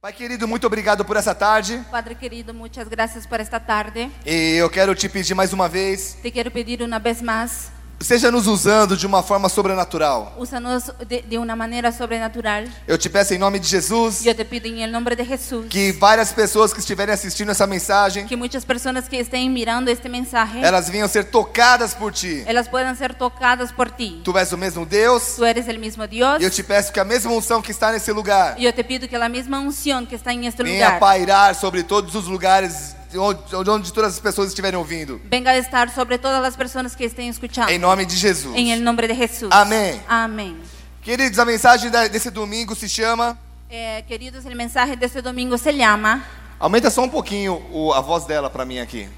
Pai querido, muito obrigado por essa tarde. Padre querido, muchas gracias por esta tarde. E eu quero te pedir mais uma vez, Te quiero pedir una vez más, seja nos usando de uma forma sobrenatural. úsanos de, de una manera sobrenatural. Eu te peço em nome de Jesus Yo te pido en el nombre de Jesús que várias pessoas que estiverem assistindo essa mensagem, que muchas personas que estén mirando este mensaje, elas venham ser tocadas por ti. ellas puedan ser tocadas por ti. Tu és o mesmo Deus. Tú eres el mismo Dios. E eu te peço que a mesma unção que está nesse lugar Yo te pido que la misma unción que está en este venha lugar pairar sobre todos os lugares de onde, de onde todas as pessoas estiverem ouvindo. venga a estar sobre todas las personas que estén escuchando. Em nome de Jesus. En Ah. el nombre de Jesús. Amén. Amén. Queridos, a mensagem da- desse domingo se chama. Eh, queridos, el mensaje de este domingo se llama. Aumenta só um pouquinho o- a voz dela para mim aqui.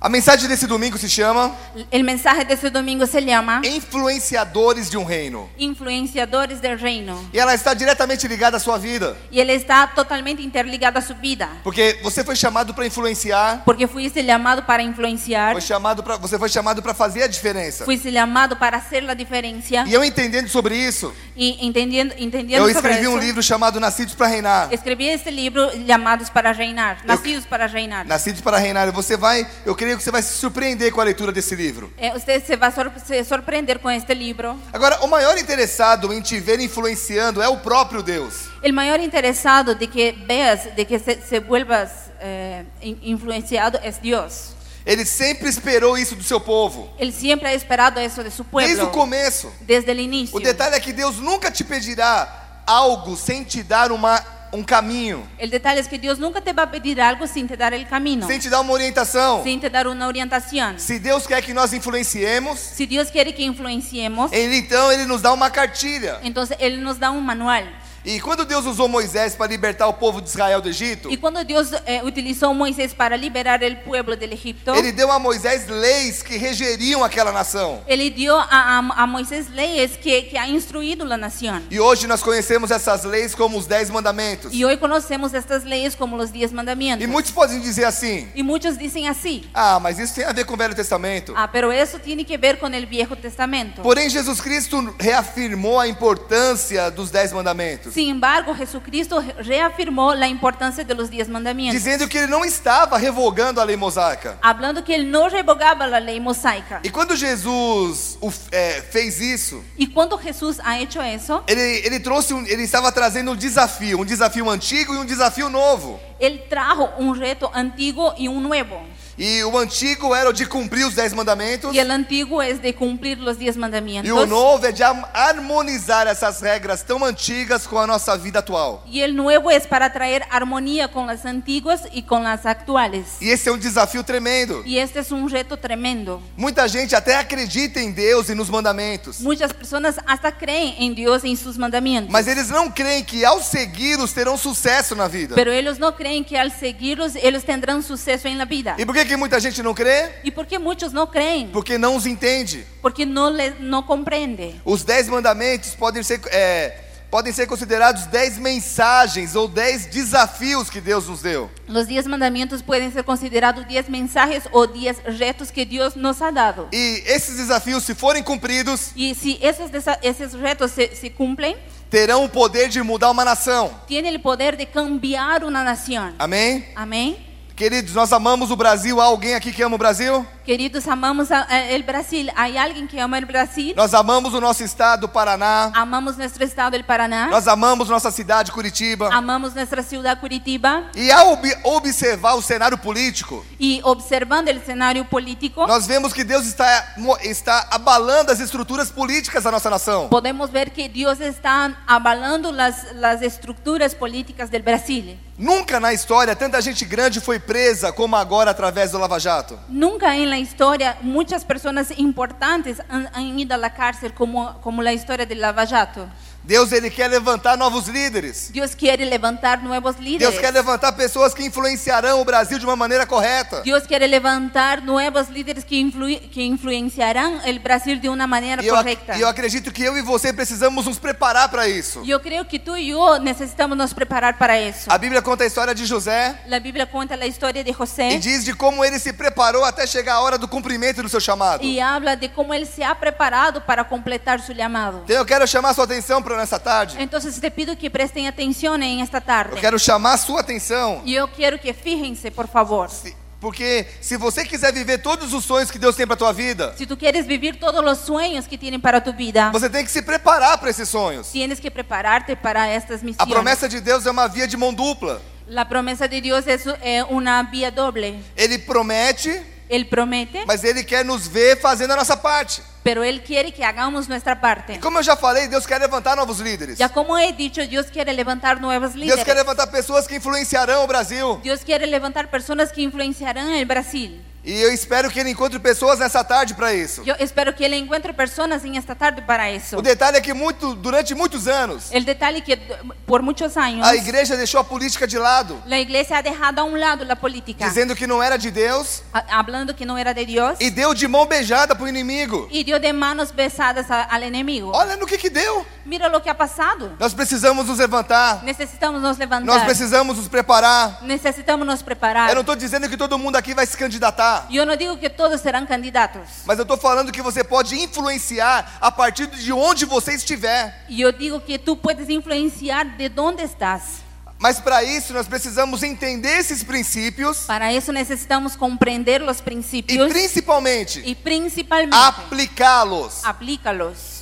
A mensagem desse domingo se chama El mensaje de este domingo se llama Influenciadores de um Reino. Influenciadores del Reino. E ela está diretamente ligada à sua vida. Y él está totalmente interligado a su vida. Porque você foi chamado para influenciar, Porque fuiste llamado para influenciar, foi chamado pra, você foi chamado para fazer a diferença. fuiste llamado para hacer la diferencia. E eu entendendo sobre isso, Y entendiendo, entendiendo eu sobre escrevi um eso, livro chamado Nascidos para Reinar. escribí este libro llamados para reinar, nacidos para reinar. Nascidos para Reinar. Você vai, eu creio que você vai se surpreender com a leitura desse livro. Eh, usted se va a sor- se sorprender con este libro. Agora, o maior interessado em te ver influenciando é o próprio Deus. El mayor interesado de que veas, de que se, se vuelvas eh, in- influenciado es Dios. Ele sempre esperou isso do seu povo. Él siempre ha esperado eso de Desde su o pueblo começo. desde el inicio. O detalhe é que Deus nunca te pedirá algo sem te dar uma, um caminho, El detalle es que Dios nunca te va a pedir algo sin te dar el camino, sem te dar uma orientação. sin te dar una orientación. Se Deus quer que nós influenciemos, Si Dios quiere que influenciemos, ele, então ele nos dá uma cartilha. entonces Él nos da un manual. E quando Deus usou Moisés para libertar o povo de Israel do Egito, Y cuando Dios eh, utilizó a Moisés para liberar el pueblo del Egipto, ele deu a Moisés leis que regeriam aquela nação. Él dio a, a- a Moisés leyes que, que ha instruido la nación. E hoje nós conhecemos essas leis como os Dez Mandamentos. Y hoy conocemos estas leyes como los diez E mandamientos. muitos podem dizer assim: Y muchos dicen así, ah, mas isso tem a ver com o Velho Testamento. ah, pero eso tiene que ver con el Viejo Testamento. Porém, Jesus Cristo reafirmou a importância dos Dez Mandamentos. Sin embargo, Jesucristo reafirmó la importancia de los diez mandamientos. dizendo que ele não estava revogando a lei mosaica. hablando que él no revogaba la ley mosaica. E quando Jesus o- é, fez isso, Y cuando Jesús ha hecho eso, ele, ele trouxe um- ele estava trazendo um desafio, um desafio antigo e um desafio novo. él trajo un reto antiguo y un nuevo. E o antigo era o de cumprir os dez mandamentos Y el antiguo es de cumplir los diez e o mandamientos. novo é de am- harmonizar essas regras tão antigas com a nossa vida atual. Y el nuevo es para traer armonía con las antiguas y con las actuales. E esse é um desafio tremendo. Y este es un reto tremendo. Muita gente até acredita em Deus e nos mandamentos, Muchas personas hasta creen en Dios y en sus mandamientos. mas eles não creem que ao segui-los terão sucesso na vida. Pero ellos no creen que al seguirlos, ellos tendrán suceso en la vida. E por que, que muita gente não crê? ¿Y por qué muchos no creen? Porque não os entende. Porque no, le, no comprende. Os dez mandamentos podem ser, é, podem ser considerados dez mensagens ou dez desafios que Deus nos deu. Los diez mandamientos pueden ser considerados diez mensajes o diez retos que Dios nos ha dado. E esses desafios, se forem cumpridos, Y si esos, desa- esos retos se, se cumplen, terão o poder de mudar uma nação. tiene el poder de cambiar una nación. Amém? Amén. Queridos, nós amamos o Brasil. Há alguém aqui que ama o Brasil? Queridos, amamos a- a- el Brasil. ¿Hay alguien que ama el Brasil? Nós amamos o nosso estado, o Paraná. Amamos nuestro estado, el Paraná. Nós amamos nossa cidade, Curitiba. Amamos nuestra ciudad, Curitiba. E ao ob- observar o cenário político, Y observando el escenario político, nós vemos que Deus está, mo- está abalando as estruturas políticas da nossa nação. podemos ver que Dios está avalando las, las estructuras políticas del Brasil. Nunca na história tanta gente grande foi presa como agora através do Lava Jato. Nunca en la historia muchas personas importantes han, han ido a la cárcel como, como la historia del lavajato. Deus ele quer levantar novos líderes. Dios quiere levantar nuevos líderes. Deus quer levantar pessoas que influenciarão o Brasil de uma maneira correta. Dios quiere levantar nuevos líderes que, influ- que influenciarán el Brasil de una manera E eu, ac- correcta. e eu acredito que eu e você precisamos nos preparar para isso. Yo creo que tú y yo necesitamos nos preparar para eso. A Bíblia conta a história de José La Biblia cuenta la historia de e José diz de como ele se preparou até chegar a hora do cumprimento do seu chamado. y habla de cómo él se ha preparado para completar su llamado. Então eu quero chamar sua atenção para nessa tarde, Entonces te pido que presten atención en esta tarde. eu quero chamar a sua atenção. Y yo quiero que fíjense, por favor. se- Porque se você quiser viver todos os sonhos que Deus tem para tua vida, Si tú quieres vivir todos los sueños que tienen para tu vida, você tem que se preparar para esses sonhos. tienes que prepararte para estas A misiones. promessa de Deus é uma via de mão dupla. La promesa de Dios es eh, una vía doble. Ele promete, Él promete, mas ele quer nos ver fazendo a nossa parte. pero Él quiere que hagamos nuestra parte. Como eu já falei, Deus quer levantar novos líderes. Ya como he dicho, Dios quiere levantar nuevos Deus quer líderes. levantar pessoas que influenciarão o Brasil. Dios quiere levantar personas que influenciarán el Brasil. E eu espero que ele encontre pessoas nessa tarde para isso. Yo espero que Él encuentre personas en esta tarde para eso. O detalhe é que muito, durante muchos anos, El detalle que d- por muchos años a igreja deixou a política de lado, la iglesia ha dejado a un lado la política, dizendo que não era de Deus a- hablando que no era de Dios e deu de mão beijada pro inimigo. y dio de manos besadas a- al enemigo. Olha no que que deu. Mira lo que ha pasado. Nós precisamos nos levantar. Necesitamos Nós nos levantar. precisamos nos preparar. Necesitamos Eu nos não preparar. estou dizendo que todo mundo aqui vai se candidatar. Yo no digo que todos serán candidatos. Mas eu estou falando que você pode influenciar a partir de onde você estiver. Yo digo que tú puedes influenciar de dónde estás. Mas para isso nós precisamos entender esses princípios Para eso necesitamos comprender los e principios principalmente y principalmente aplicá-los. aplícalos.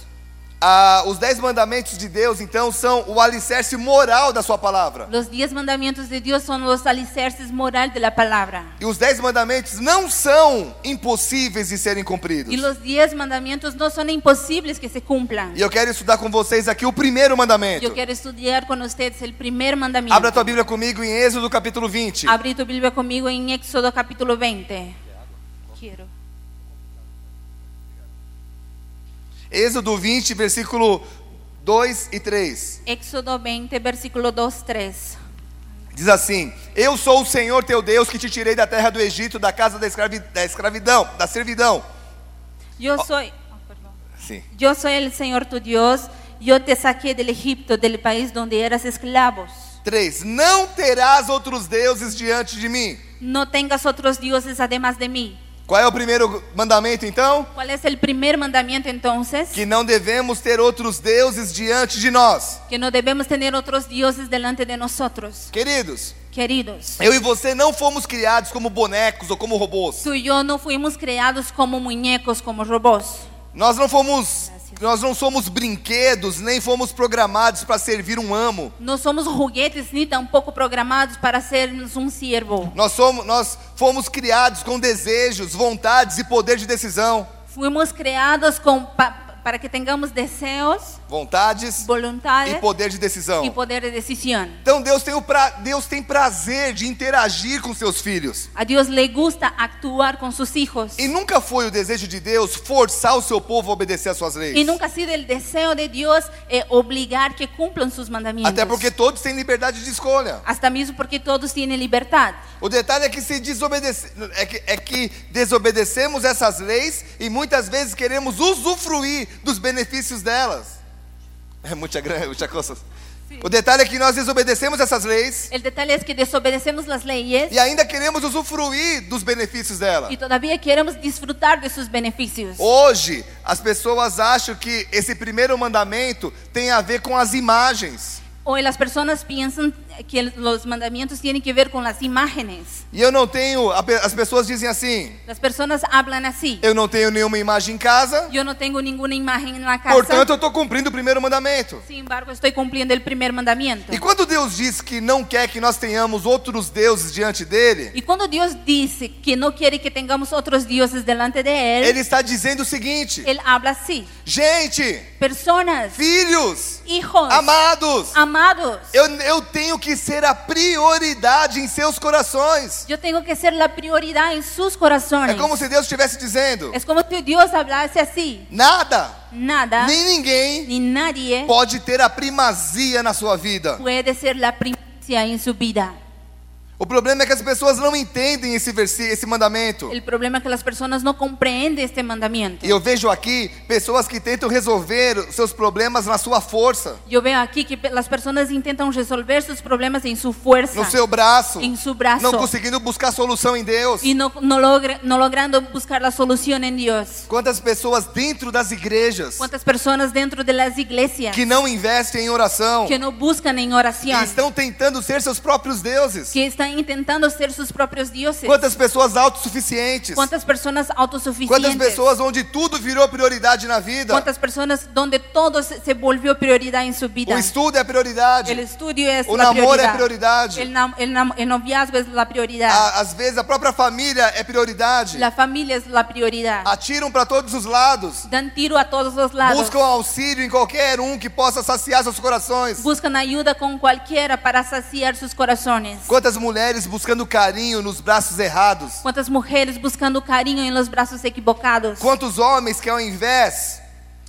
Ah, os dez mandamentos de Deus, então, são o alicerce moral da sua palavra. Los diez mandamientos de Dios son los alicerces moral de la palabra. E os dez mandamentos não são impossíveis de serem cumpridos. Y los diez mandamientos no son imposibles que se cumplan. E eu quero estudar com vocês aqui o primeiro mandamento. Yo quiero estudiar con ustedes el primer mandamiento. Abra tua Bíblia comigo em Êxodo capítulo 20. Abrí tu Biblia conmigo en Éxodo capítulo 20. Quiero. Êxodo 20, versículo 2 e 3. Éxodo 20, versículo 2, 3. Diz assim: Eu sou o Senhor teu Deus que te tirei da terra do Egito, da casa da, escravi- da escravidão, da servidão. Yo soy... oh, perdón. Sim. Yo soy el Señor tu Dios, yo te saqué del Egipto, del país donde eras esclavos. 3. Não terás outros deuses diante de mim. No tengas otros dioses además de mí. Qual é o primeiro mandamento então? ¿Cuál es el primer mandamiento entonces? Que não devemos ter outros deuses diante de nós. Que no debemos tener otros dioses delante de nosotros, Queridos, queridos. eu e você não fomos criados como bonecos ou como robôs. Tú y yo no fuimos creados como muñecos, como robots. Nós não fomos, Gracias. nós não somos brinquedos, nem fomos programados para servir um amo. No somos juguetes ni tampoco programados para sernos un siervo. Nós somos, nós fomos criados com desejos, vontades e poder de decisão. Fuimos creados con pa- para que tengamos deseos, Vontades e voluntades poder de decisão. y poder de decisión. Então Deus tem, o pra, Deus tem prazer de interagir com seus filhos. A Dios le gusta actuar con sus hijos. E nunca foi o desejo de Deus forçar o seu povo a obedecer às suas leis. Y nunca ha sido el deseo de Dios eh, obligar que cumplan sus mandamientos. Até porque todos têm liberdade de escolha. Hasta mismo porque todos tienen libertad. O detalhe é que se desobedece, é que, é que desobedecemos essas leis e muitas vezes queremos usufruir dos benefícios delas. É muita grande, muita coisa. O detalhe é que nós desobedecemos essas leis El detalle es que desobedecemos las leyes e ainda queremos usufruir dos benefícios dela. y todavía queremos disfrutar de sus beneficios. Oh. Hoje as pessoas acham que esse primeiro mandamento tem a ver com as imagens. Hoy las personas piensan que los mandamientos tienen que ver con las imágenes. E eu não tenho, a pe- as pessoas dizem assim: Las personas hablan así. "Eu não tenho nenhuma imagem em casa, Yo no tengo ninguna imagen en la casa. portanto eu estou cumprindo o primeiro mandamento". sin embargo, estoy cumpliendo el primer mandamiento. E quando Deus diz que não quer que nós tenhamos outros deuses diante dele, Y cuando Dios dice que no quiere que tengamos otros dioses delante de Él, ele está dizendo o seguinte: Él habla así. gente, Personas, filhos, hijos, amados, amados, eu, eu tenho que ser a prioridade em seus corações. yo tengo que ser la prioridad en sus É corazones. como se Deus estivesse dizendo: Es como si Dios hablase así. nada, Nada, nem Tá. ninguém ni nadie pode ter a primazia na sua vida. puede ser la primicia en su vida. O problema é que as pessoas não entendem esse versículo, esse mandamento. El problema es que las personas no comprenden este mandamiento. E eu vejo aqui pessoas que tentam resolver os seus problemas na sua força, Yo veo aquí que pe- las personas intentan resolver sus problemas en su fuerza no seu braço, Em seu braço. não conseguindo buscar solução em Deus. y no, no, logra- no logrando buscar la solución en Dios. Quantas pessoas dentro das igrejas ¿Cuántas personas dentro de las iglesias que não investem em oração, que no buscan en que oración, estão tentando ser seus próprios deuses? que están intentando ser sus propios dioses? Quantas pessoas autossuficientes? ¿Cuántas personas Quantas autosuficientes? pessoas onde tudo virou prioridade na vida? ¿Cuántas personas donde todo se se volvió prioridad en su vida? O estudo é prioridade. El estudio es O la namoro é prioridad. Ah, prioridade. El, nam- el nam- el noviazgo es la prioridad. A- às vezes a própria família é prioridade. La familia es la prioridad. Atiram para todos os lados. Dan tiro a todos los lados. Buscam auxílio em qualquer um que possa saciar seus corações. Buscan ayuda con cualquiera para saciar sus corazones. Quantas mulheres buscando carinho nos braços errados. Cuántas mujeres buscando cariño en los brazos equivocados. Quantos homens que ao invés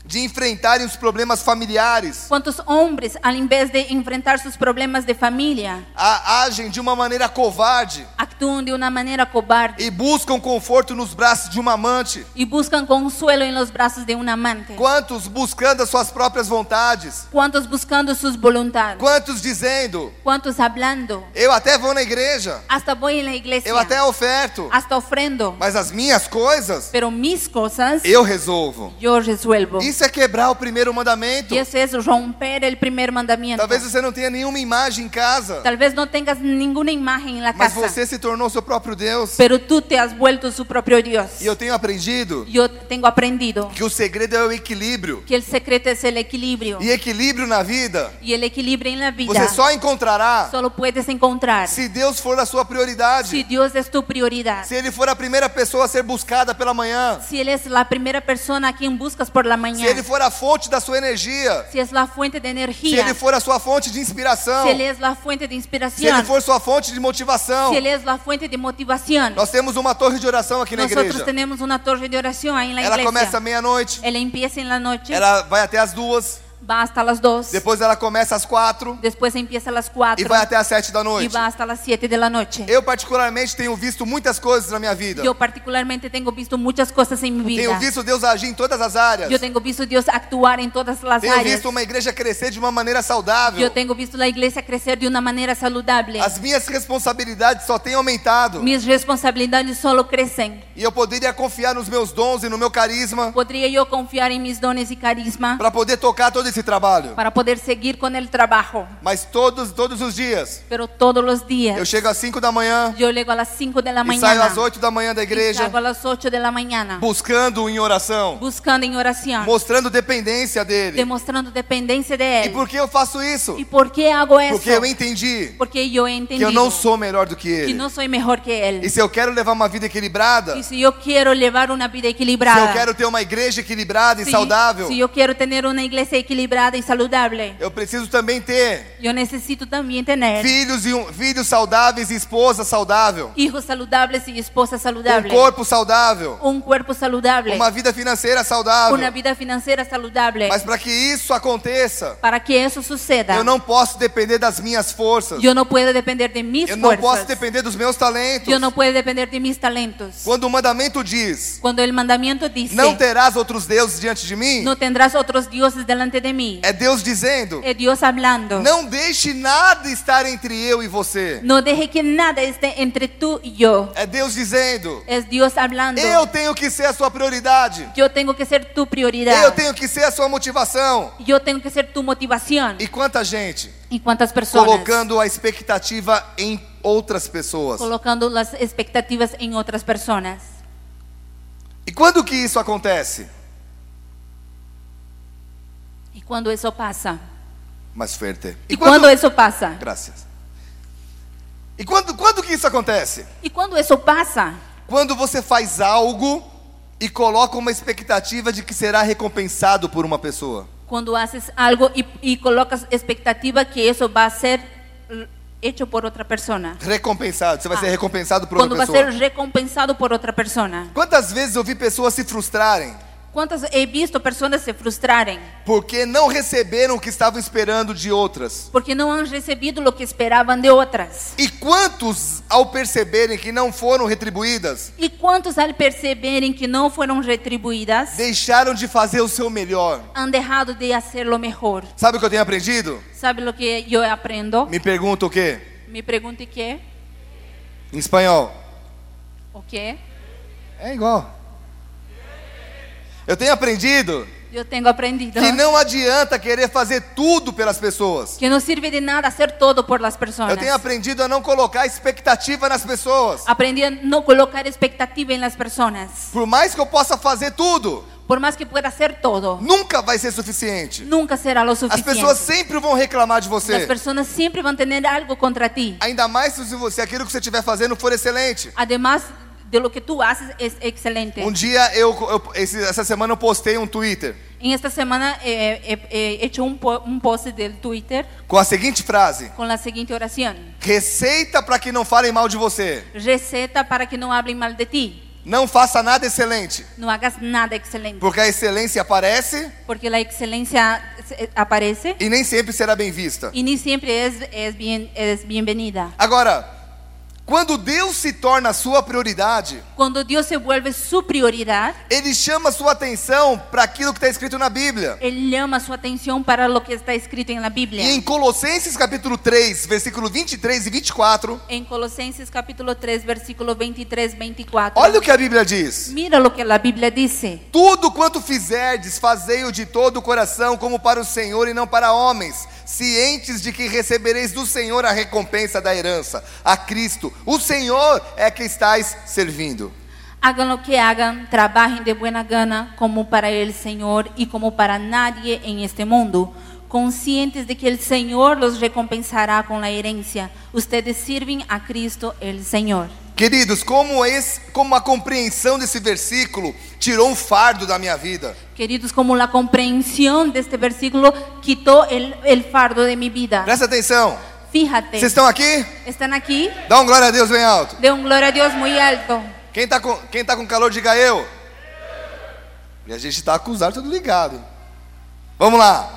de enfrentarem os problemas familiares, Cuántos hombres, al invés de enfrentar sus problemas de familia, a- agem de uma maneira covarde actúan de una manera cobarde e buscam conforto nos braços de uma amante. y buscan consuelo en los brazos de un amante. Quantos buscando as suas próprias vontades? Cuántos buscando sus voluntades. Quantos dizendo: Cuántos hablando. Eu até vou na igreja, Hasta voy en la iglesia. eu até oferto, Hasta ofrendo. mas as minhas coisas Pero mis cosas eu resolvo. yo resuelvo. Isso é quebrar o primeiro mandamento. Y eso es romper el primer mandamiento. Talvez você não tenha nenhuma imagem em casa, Tal vez no tengas ninguna imagen en la mas Tá casa. você se tornou seu próprio Deus. Pero tú te has vuelto su propio Dios. E eu tenho aprendido Yo tengo aprendido que o segredo é o equilíbrio. que el secreto es Pues el equilibrio. E equilíbrio na vida Y el equilibrio en la vida você só encontrará solo puedes encontrar se Deus for a sua si prioridade. Dios es tu prioridad. Se Ele for a primeira pessoa a ser buscada pela manhã. Si Él es la primera persona a quien buscas por la Se Ele mañana. for a fonte da sua energia. Si es la fuente de Se energía. ele for a sua fonte de inspiração, Si Él es la fuente se ele de inspiración. for sua fonte de motivação, Si Él es la fuente de motivación. nós temos uma torre de oração aqui na Nosotros igreja. tenemos una torre de oración ahí en la Ela começa à iglesia. meia-noite, Él empieza en la noche, ela vai até às duas, va hasta las 2, depois ela começa às quatro después empieza a las e 4 vai até às sete da y noite. va hasta las 7 de la noche. Eu, particularmente, tenho visto muitas coisas na minha vida. Yo particularmente tengo visto muchas cosas en mi Tenho vida. visto Deus agir em todas as áreas. Yo tengo visto Dios actuar en todas las Tenho áreas. visto uma igreja crescer de uma maneira saudável. Yo tengo visto la iglesia crecer de una manera saludable. As minhas responsabilidades só têm aumentado. Mis responsabilidades solo crecen. E eu poderia confiar nos meus dons e no meu carisma ¿Podría yo confiar en mis dones y carisma para poder tocar todo esse trabalho. para poder seguir con el trabajo? Mas todos, todos os dias, Pero todos los eu días chego às 5 da manhã yo llego a las 5 de la e saio mañana às 8 da manhã da y igreja, salgo a las 8 de la mañana buscando em oração, buscando en oración, mostrando dependência dele. demostrando dependencia de E Él. por que eu faço isso? ¿Y por qué hago eso? Porque eu entendi Porque yo he que eu entendido não sou melhor do que que ele. no soy mejor que Él. E se eu quero levar uma vida equilibrada, Y se si yo quiero llevar una vida eu equilibrada, quero ter uma igreja equilibrada e si, saudável, si yo quiero tener una iglesia equilibrada y saludable, eu preciso também ter yo necesito también tener filhos e um- filhos saudáveis e esposa saudável, hijos saludables y esposa um saludable, corpo saudável, un cuerpo saludable, uma vida financeira saudável. una vida financiera saludable. Mas para que isso aconteça, Para que eso suceda, eu não posso depender das minhas forças. yo no puedo depender de mis Eu não posso fuerzas, depender dos meus talentos. yo no puedo depender de mis talentos. Quando o mandamento diz: Cuando el mandamiento dice, Não terás outros deuses diante de mim, no tendrás otros dioses delante de mí, é Deus dizendo: es Dios hablando. Não deixe nada estar entre eu e você. No deje que nada esté entre tú y yo. É Deus dizendo: Es Dios hablando. Eu tenho que ser a sua prioridade. Yo tengo que ser tu prioridad. Eu tenho que ser a sua motivação. Yo tengo que ser tu motivación. E quanta gente ¿Y cuántas personas? colocando a expectativa em outras pessoas. colocando las expectativas en otras personas. E quando que isso acontece? ¿Y cuando eso pasa? Mas Ferte. ¿Y, cuando eso pasa? Graças. E quando, quando que isso acontece? ¿Y cuando eso pasa? Quando você faz algo e coloca uma expectativa de que será recompensado por uma pessoa. Cuando haces algo y, y colocas expectativa que eso va a ser l- hecho por otra persona. Recompensado, você vai Ah. ser recompensado por Cuando outra va a pessoa. ser recompensado por otra persona. Quantas vezes eu vi pessoas se frustrarem Quantas he visto pessoas se frustrarem porque não receberam o que estavam esperando de outras. porque não han recebido o que esperavam de outras? E quantos, ao perceberem que não foram retribuídas, E quantos, ao perceberem que não foram retribuídas, deixaram de fazer o seu melhor? han dejado de hacer lo mejor? Sabe o que eu tenho aprendido? Sabe o que eu aprendo? Me pergunta o quê? Me pergunte que, Em espanhol. o que? É igual. Eu tenho aprendido Eu tenho aprendido que não adianta querer fazer tudo pelas pessoas. que não serve de nada ser todo por las personas. Eu tenho aprendido a não colocar expectativa nas pessoas. Aprendí a no colocar expectativa en las personas. Por mais que eu possa fazer tudo, Por más que pueda hacer todo, nunca vai ser suficiente. nunca será lo As suficiente. pessoas sempre vão reclamar de Las você. personas siempre van a tener algo contra ti. Ainda mais se você aquilo que você estiver fazendo for excelente. Además de lo que tú haces es excelente. Um dia eu, eu- esse- essa semana eu postei um Twitter En esta semana eh, eh, eh, he hecho un, po- un post del Twitter com a seguinte frase: con la siguiente oración. receita para que não falem mal de você. Receta para que no hablen mal de ti. Não faça nada excelente, No hagas nada excelente. porque a excelência aparece Porque la excelencia eh, aparece e nem sempre será bem vista. y ni siempre es, es, bien, es bienvenida. Agora, quando Deus se torna a sua prioridade, Cuando Dios se vuelve su prioridad, Ele chama a sua atenção para aquilo que está escrito na Bíblia. Él llama su atención para lo que está escrito en la Biblia. E em Colossenses capítulo 3, versículo 23 e 24, En Colosenses capítulo 3, versículo 23, 24. olha o que a Bíblia diz. Mira lo que la Biblia dice. Tudo quanto fizerdes, fazei-o de todo o coração, como para o Senhor e não para homens, cientes de que recebereis do Senhor a recompensa da herança, a Cristo. O Senhor é que estáis servindo. Hagan lo que hagan, trabajen de buena gana como para el Señor y como para nadie en este mundo, conscientes de que el Señor los recompensará con la herencia. Ustedes sirven a Cristo el Señor. Queridos, como, esse, como a compreensão desse versículo tirou um fardo da minha vida. Queridos, como la comprensión de este versículo quitó el, el fardo de mi vida. Presta atenção. Fíjate, Vocês estão aqui? están aquí, Dá um glória a Deus bem alto. de un gloria a Dios muy alto. Quem tá com, quem tá com calor, diga eu. E a gente tá acusado, tudo ligado. Vamos lá.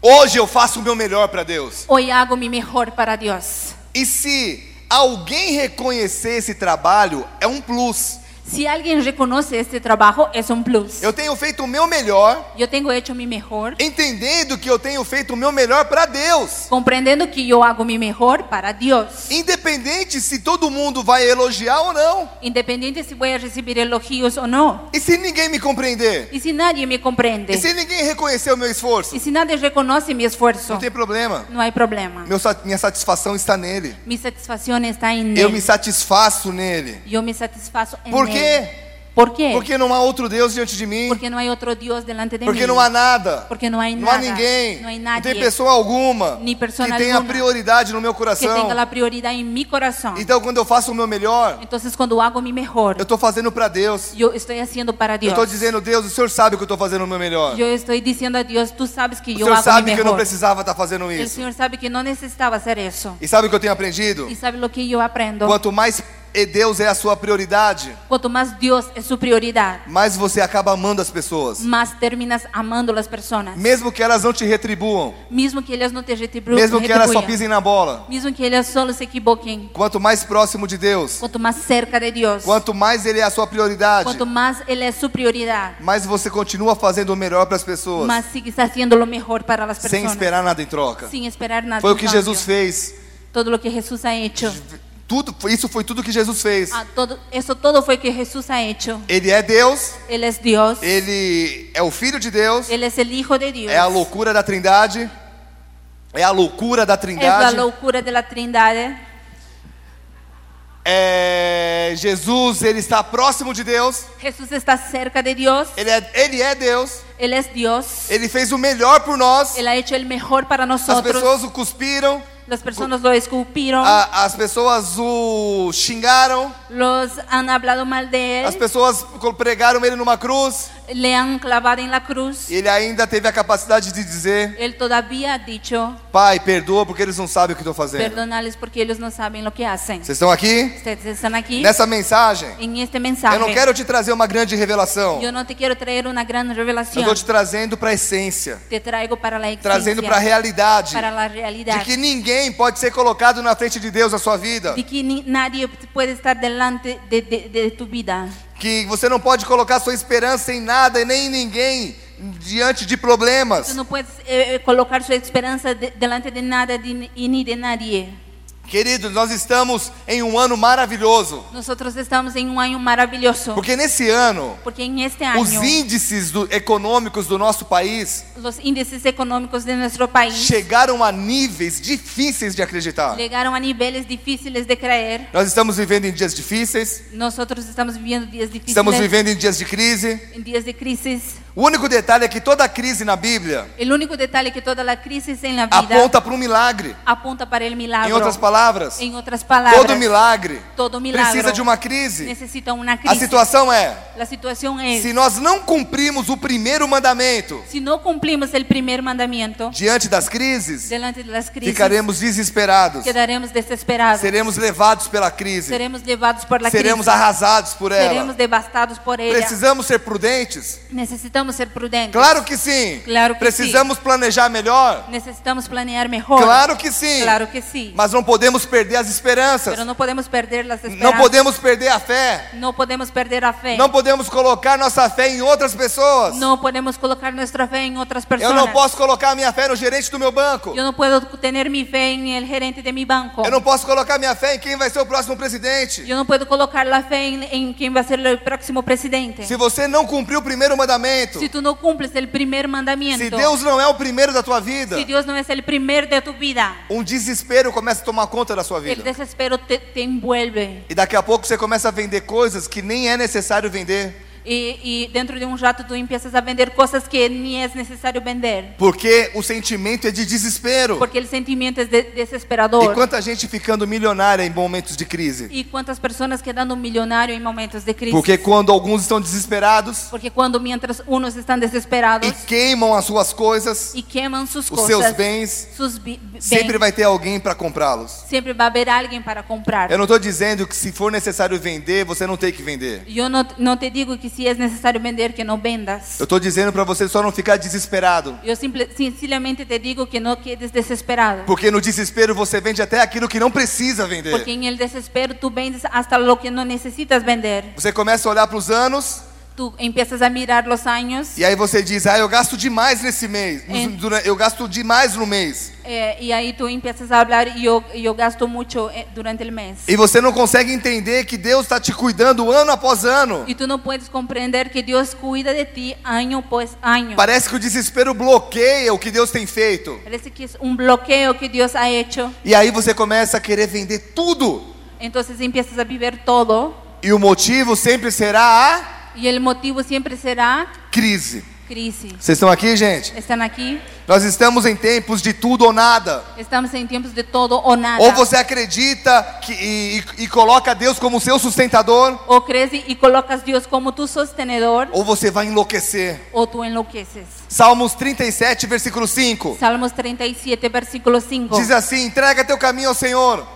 Hoje eu faço o meu melhor para Deus. Hoy hago mi mejor para Dios. E se alguém reconhecer esse trabalho, é um plus. Si alguien reconoce este trabajo, es un plus. Eu tenho feito o meu melhor, Yo tengo hecho mi mejor, entendendo que eu tenho feito o meu melhor para Deus. comprendiendo que yo hago mi mejor para Dios. Independente se todo mundo vai elogiar ou não. Independiente si voy a recibir elogios o no. E se ninguém me compreender? Y si nadie me E comprende. se ninguém reconhecer o meu esforço? Y si nadie reconoce mi esfuerzo. Não tem problema. No hay problema. Meu sa- minha satisfação está nele. Mi satisfacción está en Eu me Él. satisfaço nele. Yo me satisfaço en ¿Por Él. qué? ¿Por qué? Porque não há outro Deus diante de mim. Porque no hay otro Dios delante de mí. Porque não há nada. Porque no hay Não há nada. ninguém. No hay Não nadie tem pessoa alguma Ni persona que tenha alguna. prioridade no meu que coração. tenga la prioridad en mi corazón. Então, quando eu faço o meu melhor, Entonces cuando hago mi mejor, eu estou fazendo para Deus. yo estoy haciendo para Eu Então, Dios. estou dizendo, Deus, o Senhor sabe que eu estou fazendo o meu melhor. Yo estoy diciendo a Dios, tú sabes que O yo Senhor hago mi sabe que eu não mejor. precisava estar fazendo El isso. Señor sabe que no necesitaba hacer eso. E sabe o que eu tenho aprendido? Y sabe lo que yo aprendo. Quanto mais e Deus é a sua prioridade, Cuanto más Dios es su prioridad, mais você acaba amando as pessoas. más terminas amando las personas. Mesmo que elas não te retribuam. Mismo que ellas no te retribu- Mesmo que elas só retribuyan. pisem na bola. Mismo que ellas solo se equivoquen. Quanto mais próximo de Deus, Cuanto más cerca de Dios, quanto mais ele é a sua prioridade, cuanto más Él es su prioridad, mais você continua fazendo o melhor para as pessoas, más sigues haciendo lo mejor para las sem personas. esperar nada em troca. Sin esperar nada. Foi o en que cambio. Jesus fez. Todo lo que Jesús ha hecho. Tudo, isso foi tudo que Jesus fez. Ah, todo, eso todo fue que Jesús ha hecho. Ele é Deus, Él es Dios. ele é o filho de Deus, Él es el Hijo de Dios. é a loucura da Trindade. É a loucura da Es la Trindade. locura de la Trindade. É, Jesus, ele está próximo de Deus. Jesús está cerca de Dios. Ele é, ele é Deus. Él es Dios. Ele fez o melhor por nós. Él ha hecho el mejor para As nosotros. pessoas o cuspiram, Las personas lo esculpieron, a- as pessoas o xingaram, los han hablado mal de as él, pessoas co- pregaram ele numa cruz. le han clavado en la cruz. Ele ainda teve a capacidade de dizer: Él todavía ha dicho, Pai, perdoa porque eles não sabem o que estou fazendo. perdónales porque ellos no saben lo que hacen. Vocês estão aqui? Ustedes están aquí Nessa mensagem, en este eu não mensaje. quero te trazer uma grande revelação. Yo no te quiero traer una gran Eu revelación. estou te trazendo para a essência, Te traigo para la existencia, trazendo para a realidade para la de realidad, que ninguém pode ser colocado na frente de Deus na sua vida. de que ni- nadie puede estar delante de, de- de tu vida, Que você não pode colocar sua esperança em nada e nem em ninguém diante de Tú problemas. no puedes eh, eh, colocar su esperanza de- delante de nada de ni- y ni de nadie. Queridos, nós estamos em um ano maravilhoso, Nosotros estamos en un año maravilloso, porque nesse ano porque en este os año índices do- econômicos do nosso país los índices económicos de nuestro país chegaram a níveis difíceis de acreditar. llegaron a niveles difíciles de creer. Nós estamos vivendo em dias difíceis, Nosotros estamos viviendo días estamos difíciles, vivendo em dias de crise. en días de crisis. O único detalhe é que toda crise na Bíblia El único detalle que toda la crisis en la vida aponta para um milagre. apunta para el Em milagro. outras palavras, En otras palabras, todo milagre todo milagro precisa de uma crise. necesita una A crisis. situação é: la situación es, se nós não cumprimos o primeiro mandamento si no cumplimos el primer mandamiento, diante das crises, delante de las crisis, ficaremos desesperados, quedaremos desesperados, seremos levados pela crise, seremos llevados por la seremos crisis, arrasados por seremos ela. devastados por ella. Precisamos ser prudentes. Necesitamos ser prudentes. Claro que sim. Claro que Precisamos planejar melhor. Necesitamos planear mejor. Claro que sim. Claro que sí. Mas não podemos perder as esperanças. Pero no podemos perder las esperanzas. Não podemos perder a fé. No podemos perder la fe. Não podemos colocar nossa fé em outras pessoas. No podemos colocar nuestra fe en otras Eu personas. não posso colocar minha fé no gerente do meu banco. Yo no puedo tener mi fe en el gerente de mi banco. Eu não posso colocar minha fé em quem vai ser o próximo presidente. Yo no puedo colocar la fe en, en quien va a ser el próximo presidente. Se você não cumpriu o primeiro mandamento, Si tú no cumples el primer mandamiento, se Deus não é o primeiro da tua vida, si Dios no es el primer de tu vida, um desespero começa a tomar conta da sua el vida. desespero te, te envuelve. E daqui a pouco você começa a vender coisas que nem é necessário vender. Y, y dentro de un rato tú empiezas a vender cosas que ni es necesario vender. Porque o sentimento é de desespero. Porque el sentimiento es de- E desesperador. quanta gente ficando milionária em momentos de crise. ¿Y cuántas personas quedan un millonario en momentos de crisis? Porque quando alguns estão desesperados Porque cuando mientras unos están e desesperados queimam as suas coisas, y queman sus os seus cosas, bens, sus bi- bens, sempre vai ter alguém para comprá-los. siempre va a haber alguien para comprar. Eu não estou dizendo que se for necessário vender, você não tem que vender. Yo no, no te digo que si es necesario vender, que no vendas. Eu estou dizendo para você só não ficar desesperado. Yo simple- sencillamente te digo que no quedes desesperado. Porque no desespero você vende até aquilo que não precisa Porque vender. en el desespero tú vendes hasta lo que no necesitas vender. Você começa a olhar para os anos Tú empiezas a mirar los años e aí você diz: Ah, eu gasto demais nesse mês. É. Dura- Eu gasto demais no mês. eh, y ahí tú empiezas a hablar y yo, yo gasto mucho eh, durante el mes. E você não consegue entender que Deus está te cuidando ano após ano. Y tú no puedes comprender que Dios cuida de ti año pues año. Parece que o desespero bloqueia o que Deus tem feito. Parece que es un bloqueo que Dios ha hecho. E aí você começa a querer vender tudo. Entonces empiezas a vivir todo E o motivo sempre será y el motivo siempre será a crise. crisis. Vocês estão aqui, gente? Están aquí. Nós estamos em tempos de tudo ou nada. Estamos em tempos de todo ou nada. Ou você acredita que, e, e- e coloca Deus como seu sustentador, Ou crees e colocas Deus como tu sostenedor, ou você vai enlouquecer. ou tu enlouqueces. Salmos 37, versículo 5. Salmos 37, versículo 5. Diz assim: entrega teu caminho ao Senhor,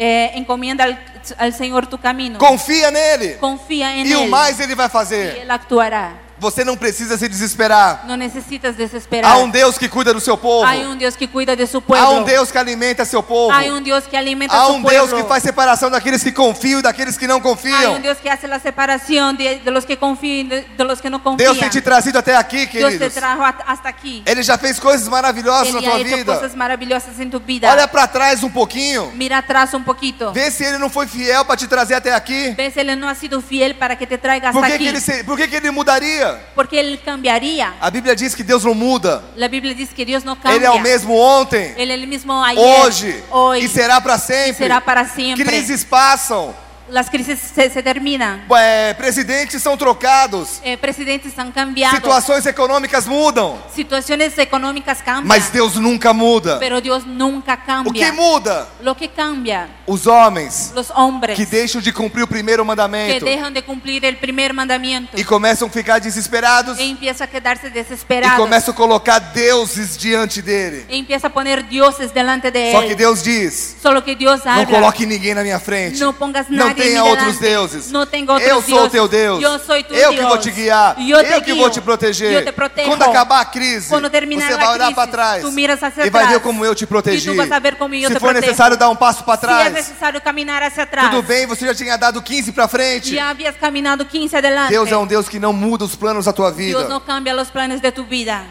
Eh, encomienda al, al Senhor tu caminho. confia nele, Confia em e o Ele. mais ele vai E fazer. Ele actuará. Você não precisa se desesperar. Não necessitas desesperar. Há um Deus que cuida do seu povo. Há um Deus que cuida de seu povo. Há um Deus que alimenta seu povo. Há um Deus que alimenta Há seu um povo. Deus que faz separação daqueles que confiam e daqueles que não Há um confiam. Deus que hace a separação de, de los que confiam e de, de los que não confiam. Deus tem te trazido até aqui, Deus te queridos. trajo at- hasta aqui. Ele já fez coisas maravilhosas na Ele ha tua hecho vida. coisas maravilhosas em tu vida. Olha para trás um pouquinho. Mira atrás un poquito. Vê se ele não foi fiel para te trazer até aqui. Ves, Él no ha sido fiel para que te traiga Por hasta que, que aquí. ele, se- por que, que ele mudaria? Porque Él cambiaría. A Bíblia diz que Deus não muda. La Biblia dice que Dios no cambia. Ele é o mesmo ontem, Él es el mismo ayer, hoje hoy, e será para sempre. será para siempre. Crises passam, las crisis se, se terminan, É, presidentes são trocados, eh, presidentes están cambiados, situações econômicas mudam, situaciones económicas cambian, mas Deus nunca muda. pero Dios nunca O que cambia. muda? Lo que cambia, Os homens los hombres que deixam de cumprir o primeiro que mandamento dejan de cumplir el primer mandamiento e começam a ficar desesperados e e empiezan a quedarse desesperados, começam a colocar deuses diante dele. e empiezan a poner dioses delante de Só que él. Deus diz: Solo que Dios Não habla. coloque ninguém na minha frente. Não pongas É tipo, Não nadie tenha em minha outros frente. deuses. Não tenha outros eu sou o deuses. teu Deus. Eu sou tu Eu que Deus. vou te guiar. Eu te que guio. vou te proteger. Eu te protejo. Quando acabar a crise, Quando terminar você a vai olhar crise, para trás tu miras hacia e vai ver trás. como eu te protegi. E tu vai saber como eu Se te for protejo. é necessário dar um passo para Si es trás, necesario caminar hacia atrás. tudo bem, você já tinha dado 15 para frente. Ya habías caminado 15 adelante. Deus é um Deus que não muda os planos da tua vida. Dios no cambia los planes de tu vida.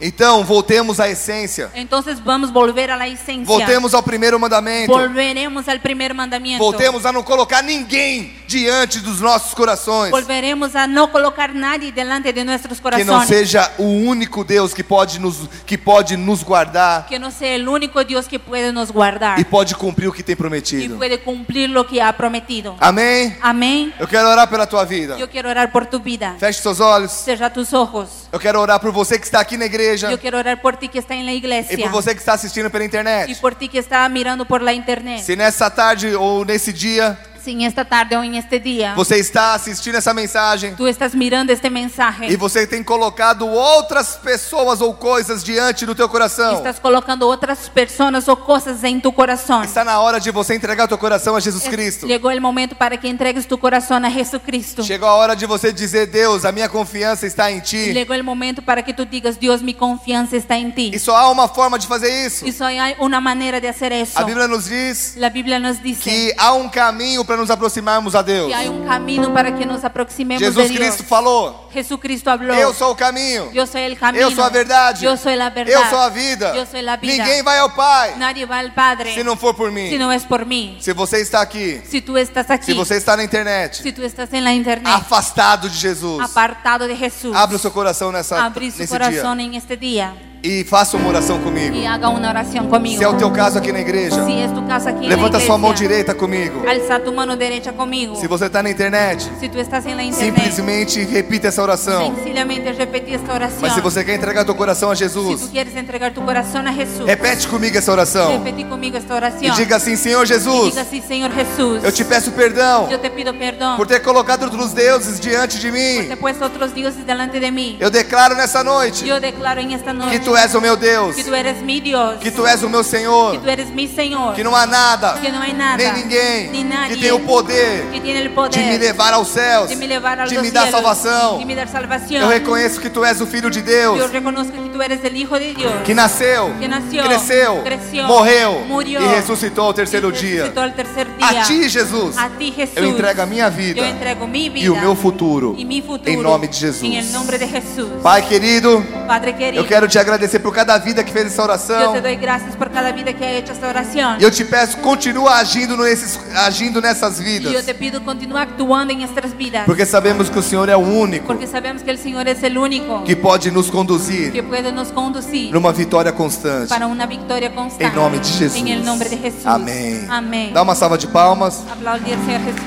Então, voltemos à essência. Entonces vamos a volver a la esencia. Voltemos ao primeiro mandamento. Volveremos al primer mandamiento. Voltemos a não colocar ninguém diante dos nossos corações. Volveremos a no colocar nadie delante de nuestros que não corazones. seja o único Deus que pode nos, que pode nos guardar Que no sea el único Dios que puede nos guardar e pode cumprir o que tem y prometido. puede cumplir lo que ha prometido. Amém? Amén. Eu quero orar pela tua vida. Yo quiero orar por tu vida. Feche seus olhos. Cerra tus ojos. Eu quero orar por você que está aqui na igreja Yo quiero orar por ti que está en la e por iglesia você que está assistindo pela y internet. por ti que está mirando por la internet. Se nessa tarde ou nesse dia Si en esta tarde o en este día você está assistindo essa mensagem tú estás mirando este mensaje e você tem colocado outras pessoas ou coisas diante do teu coração, estás colocando otras personas o cosas en tu corazón. está na hora de você entregar o teu coração a Jesus Cristo. Llegó el momento para que entregues tu corazón a Jesucristo. Chegou a hora de você dizer: Deus, a minha confiança está em ti. Llegó el momento para que tú digas, Dios, mi confianza está en ti. E só há uma forma de fazer isso. Y solo hay una manera de hacer eso. A Bíblia nos diz La Biblia nos dice que há um caminho para nos aproximarmos a Deus. que hay un camino para que nos aproximemos Jesus de Dios. Cristo falou: Jesucristo habló. Eu sou o caminho. Yo soy el camino. Eu sou a verdade. Yo soy la verdad. Eu sou a vida. Yo soy la vida. Ninguém vai ao Pai Nadie va al Padre se não for por si mim. no es por mí. Se você está aqui, Si tú estás aquí, se você está na internet, si tú estás en la internet, afastado de Jesus, apartado de Jesús, abre o seu coração nessa, abrí su nesse dia corazón en este día e faça uma oração comigo. y haga una oración conmigo. Se é o teu caso aqui na igreja, si es tu casa aquí, en la levanta sua mão iglesia, direita comigo. alza tu mano derecha conmigo. Se você está na internet, si tú estás en la internet, simplesmente repita essa oração. sencillamente repetí esta oración. Mas se você quer entregar teu coração a si tú Jesus, quieres entregar tu corazón a Jesús, repete comigo essa oração. repetí conmigo esta E oración. diga assim: Senhor Y Jesus, diga así, Señor Jesús, eu te peço perdão yo te pido perdón por ter colocado outros deuses diante de porque he mim. puesto otros dioses delante de mí. Eu declaro nessa noite Yo declaro en esta noche que tu és o meu Deus, que tú eres mi Dios, que tu és o meu que Senhor, tú eres mi Señor, que não há nada, que no hay nada, nem ninguém, ni nadie que tem o poder que tiene el de me poder levar aos céus, de me levar a de los me dar cielos, salvação. de me dar salvación. Eu reconheço que tu és o Filho de Yo Deus, reconozco que tú eres el Hijo de Dios. que nasceu, que nasceu, cresceu, cresceu, morreu murió, e ressuscitou ao terceiro que dia. resucitó al tercer día. A ti, Jesus, A ti, Jesús. eu entrego a minha vida Yo entrego mi vida e o meu futuro, y mi futuro em nome de Jesus. En el nombre de Jesús. Pai querido, Padre querido, eu quero te agradecer por cada vida que fez essa yo oração. te doy gracias por cada vida que ha hecho esta oración. E eu te peço, continua agindo, nesses, agindo nessas Y yo vidas. te pido continúa actuando en nuestras vidas. Porque sabemos que o Senhor é o único Porque sabemos que el Señor es el único que pode nos conduzir que puede nos conducir numa vitória constante. para una victoria constante. Em nome de Jesus. En el nombre de Jesús. Amém. Amén. Dá uma salva de palmas. Aplaudir al Señor Jesús.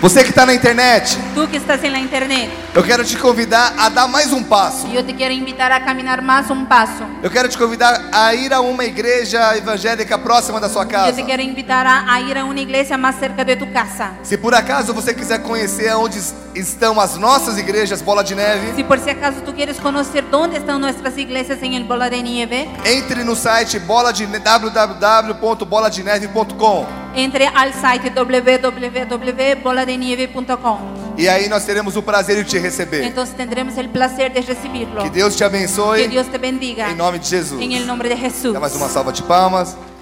Você que está na internet, Tú que estás en la internet, eu quero te convidar a dar mais um passo. yo te quiero invitar a caminar más un paso. Eu quero te convidar a ir a uma igreja evangélica próxima da sua Yo casa. te quiero invitar a, a ir a una iglesia más cerca de tu casa. Se por acaso você quiser conhecer onde es- estão as nossas igrejas Bola de Neve, Si por si acaso tú quieres conocer dónde están nuestras iglesias en el Bola de Nieve, entre no site bola de ne- www.boladeneve.com entre al site www.boladenieve.com. e aí nós teremos o prazer de te receber. Entonces tendremos el placer de recibirlo. Que Deus te Então, Que abençoe Dios te bendiga. em nome de Jesus. En el nombre de Jesús. Dá mais uma salva de palmas.